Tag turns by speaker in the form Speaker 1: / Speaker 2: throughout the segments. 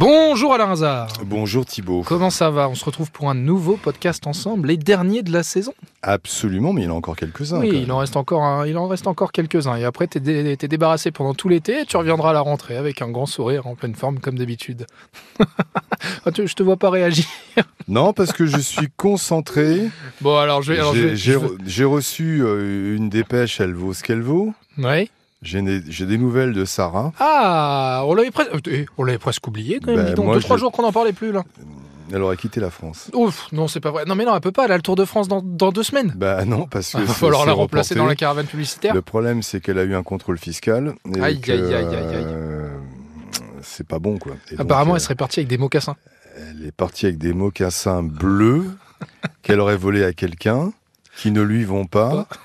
Speaker 1: Bonjour Alain Hazard.
Speaker 2: Bonjour Thibault.
Speaker 1: Comment ça va On se retrouve pour un nouveau podcast ensemble, les derniers de la saison.
Speaker 2: Absolument, mais il en a encore quelques-uns.
Speaker 1: Oui,
Speaker 2: quand
Speaker 1: il en reste encore, un- il en reste encore quelques-uns. Et après, t'es dé- t'es débarrassé pendant tout l'été et tu reviendras à la rentrée avec un grand sourire en pleine forme comme d'habitude. Ah, tu- je te vois pas réagir.
Speaker 2: Non, parce que je suis concentré.
Speaker 1: Bon, alors je vais. alors, je
Speaker 2: J'ai
Speaker 1: vais- je
Speaker 2: j'ai
Speaker 1: vais-
Speaker 2: re- j'ai reçu euh, une dépêche, elle vaut ce qu'elle vaut.
Speaker 1: Ouais.
Speaker 2: J'ai des, j'ai des nouvelles de Sarah.
Speaker 1: Ah, on l'avait presque, eh, on l'avait presque oublié quand même.
Speaker 2: Ben,
Speaker 1: dis donc,
Speaker 2: moi,
Speaker 1: deux trois
Speaker 2: je-
Speaker 1: jours qu'on n'en parlait plus là.
Speaker 2: Elle aurait quitté la France.
Speaker 1: Ouf, non, c'est pas vrai. Non, mais non, elle peut pas. Elle a le Tour de France dans, dans deux semaines. Ah,
Speaker 2: Bah non, parce que
Speaker 1: Il va
Speaker 2: c'est-
Speaker 1: falloir
Speaker 2: c'est
Speaker 1: la remplacer
Speaker 2: reporté.
Speaker 1: dans la caravane publicitaire.
Speaker 2: Le problème, c'est qu'elle a eu un contrôle fiscal. et
Speaker 1: Aïe,
Speaker 2: que,
Speaker 1: aïe, aïe, aïe, aïe.
Speaker 2: euh, C'est pas bon, quoi. Et donc,
Speaker 1: Apparemment,
Speaker 2: euh,
Speaker 1: elle serait partie avec des mocassins.
Speaker 2: Elle est partie avec des mocassins bleus qu'elle aurait volés à quelqu'un qui ne lui vont pas.
Speaker 1: Oh.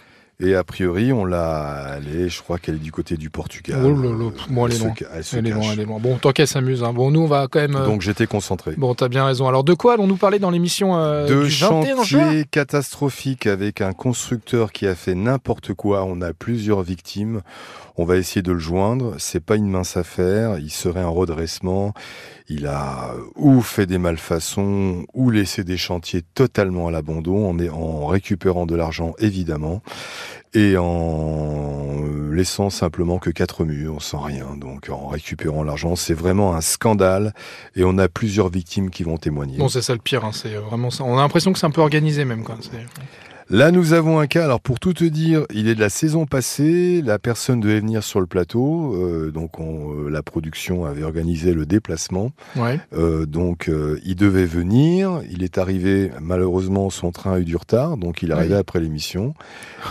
Speaker 2: Et a priori, on l'a. Elle est, je crois qu'elle est du côté du Portugal.
Speaker 1: Oh là là, pff, moi, elle est
Speaker 2: se
Speaker 1: loin.
Speaker 2: ca- Elle se
Speaker 1: Elle est
Speaker 2: cache.
Speaker 1: loin, elle est loin. Bon, tant qu'elle s'amuse. hein. Bon, nous, on va quand même. euh,
Speaker 2: Donc j'étais concentré.
Speaker 1: Bon, t'as bien raison. Alors, de quoi allons-nous parler dans l'émission euh,
Speaker 2: Deux
Speaker 1: du 21 juin
Speaker 2: chantiers catastrophiques avec un constructeur qui a fait n'importe quoi. On a plusieurs victimes. On va essayer de le joindre. C'est pas une mince affaire. Il serait en redressement. Il a euh, ou fait des malfaçons ou laissé des chantiers totalement à l'abandon en, est- en récupérant de l'argent évidemment et en euh, laissant simplement que quatre murs sans rien. Donc en récupérant l'argent, c'est vraiment un scandale et on a plusieurs victimes qui vont témoigner.
Speaker 1: Bon, c'est ça le pire. hein. C'est vraiment ça. On a l'impression que c'est un peu organisé même. Quoi. C'est-
Speaker 2: Là, nous avons un cas. Alors, pour tout te dire, il est de la saison passée. La personne devait venir sur le plateau. euh, donc, on- euh, la production avait organisé le déplacement.
Speaker 1: Ouais.
Speaker 2: Euh, donc, euh, il devait venir. Il est arrivé. Malheureusement, son train a eu du retard. Donc, il est arrivé
Speaker 1: Oui.
Speaker 2: après l'émission.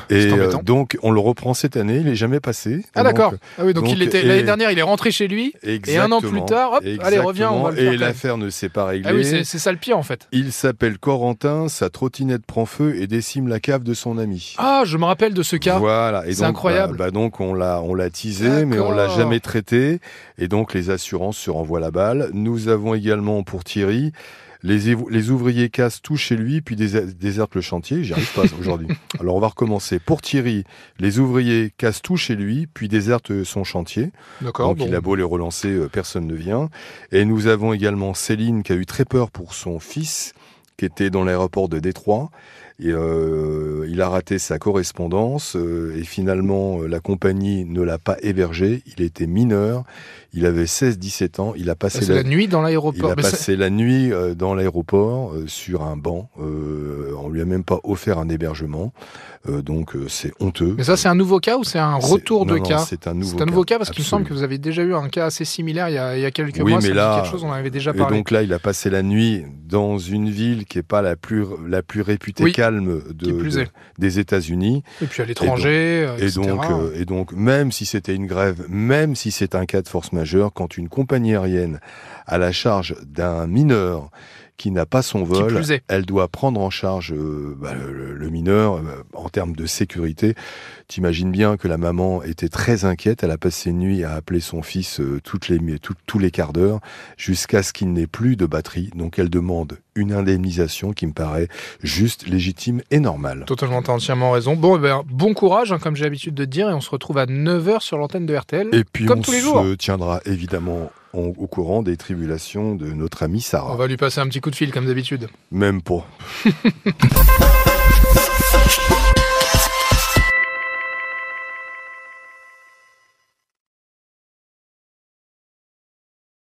Speaker 1: C'est
Speaker 2: Et euh,
Speaker 1: embêtant.
Speaker 2: donc, on le reprend cette année. Il n'est jamais passé.
Speaker 1: Ah,
Speaker 2: Donc, euh,
Speaker 1: d'accord. Ah oui, donc,
Speaker 2: donc,
Speaker 1: il était
Speaker 2: et-
Speaker 1: l'année dernière, il est rentré chez lui. Et un an plus
Speaker 2: exactement,
Speaker 1: tard, hop, allez, reviens, on va le faire
Speaker 2: exactement. Et
Speaker 1: quand même.
Speaker 2: l'affaire ne s'est pas réglée.
Speaker 1: Ah oui, c'est c'est ça le pire en fait.
Speaker 2: Il s'appelle Corentin. Sa trottinette prend feu et décime la cave de son ami.
Speaker 1: Ah, je me rappelle de ce cas.
Speaker 2: Voilà, et
Speaker 1: C'est
Speaker 2: donc,
Speaker 1: incroyable.
Speaker 2: Bah, bah donc on l'a on l'a teasé, mais on l'a
Speaker 1: D'accord.
Speaker 2: jamais traité, et donc les assurances se renvoient la balle. Nous avons également pour Thierry. Les, évo- les ouvriers cassent tout chez lui, puis déser- désertent le chantier. J'y arrive pas aujourd'hui. Alors on va recommencer. Pour Thierry, les ouvriers cassent tout chez lui, puis désertent euh, son chantier.
Speaker 1: D'accord.
Speaker 2: Donc
Speaker 1: Bon. Ah,
Speaker 2: il a beau les relancer, euh, personne ne vient. Et nous avons également Céline qui a eu très peur pour son fils qui était dans l'aéroport de Détroit. Et euh, il a raté sa correspondance euh, et finalement euh, la compagnie ne l'a pas hébergé. Il était mineur, il avait 16-17 ans, il a passé,
Speaker 1: C'est
Speaker 2: la,
Speaker 1: la nuit dans
Speaker 2: il
Speaker 1: l'aéroport.
Speaker 2: a
Speaker 1: Mais ça-
Speaker 2: passé la nuit euh, dans l'aéroport euh, sur un banc. Euh, on lui a même pas offert un hébergement, Euh, donc euh, c'est honteux.
Speaker 1: Mais ça, c'est un nouveau cas ou c'est un
Speaker 2: C'est-
Speaker 1: retour de
Speaker 2: non, non,
Speaker 1: cas
Speaker 2: C'est un
Speaker 1: C'est
Speaker 2: nouveau
Speaker 1: un nouveau
Speaker 2: cas,
Speaker 1: cas parce qu'il me semble
Speaker 2: absolument.
Speaker 1: que vous avez déjà eu un cas assez similaire il y a, il y a quelques
Speaker 2: Oui,
Speaker 1: mois.
Speaker 2: mais
Speaker 1: ça me dit
Speaker 2: là-
Speaker 1: quelque chose, on en avait déjà
Speaker 2: Et
Speaker 1: parlé.
Speaker 2: donc là, il a passé la nuit dans une ville qui n'est pas la plus, la plus réputée
Speaker 1: Oui,
Speaker 2: calme de-
Speaker 1: qui plus
Speaker 2: de-
Speaker 1: est.
Speaker 2: des États-Unis.
Speaker 1: et puis à l'étranger, euh,
Speaker 2: Et
Speaker 1: etc.
Speaker 2: donc, euh, et donc, même si c'était une grève, même si c'est un cas de force majeure, quand une compagnie aérienne a la charge d'un mineur qui n'a pas son
Speaker 1: qui
Speaker 2: vol,
Speaker 1: plus est.
Speaker 2: elle doit prendre en charge euh, bah, le, le mineur euh, en termes de sécurité. T'imagines bien que la maman était très inquiète. Elle a passé une nuit à appeler son fils euh, toutes les, mi- tout- tous les quarts d'heure jusqu'à ce qu'il n'ait plus de batterie. Donc elle demande une indemnisation qui me paraît juste, légitime et normale.
Speaker 1: Totalement, t'as entièrement raison. Bon, eh ben, bon courage, hein, comme j'ai l'habitude de te dire, et on se retrouve à 9h sur l'antenne de RTL.
Speaker 2: Et puis
Speaker 1: Comme
Speaker 2: on
Speaker 1: tous les
Speaker 2: se
Speaker 1: jours.
Speaker 2: tiendra évidemment en- au courant des tribulations de notre amie
Speaker 1: On
Speaker 2: Sarah.
Speaker 1: va lui passer un petit coup de fil, comme d'habitude.
Speaker 2: Même pour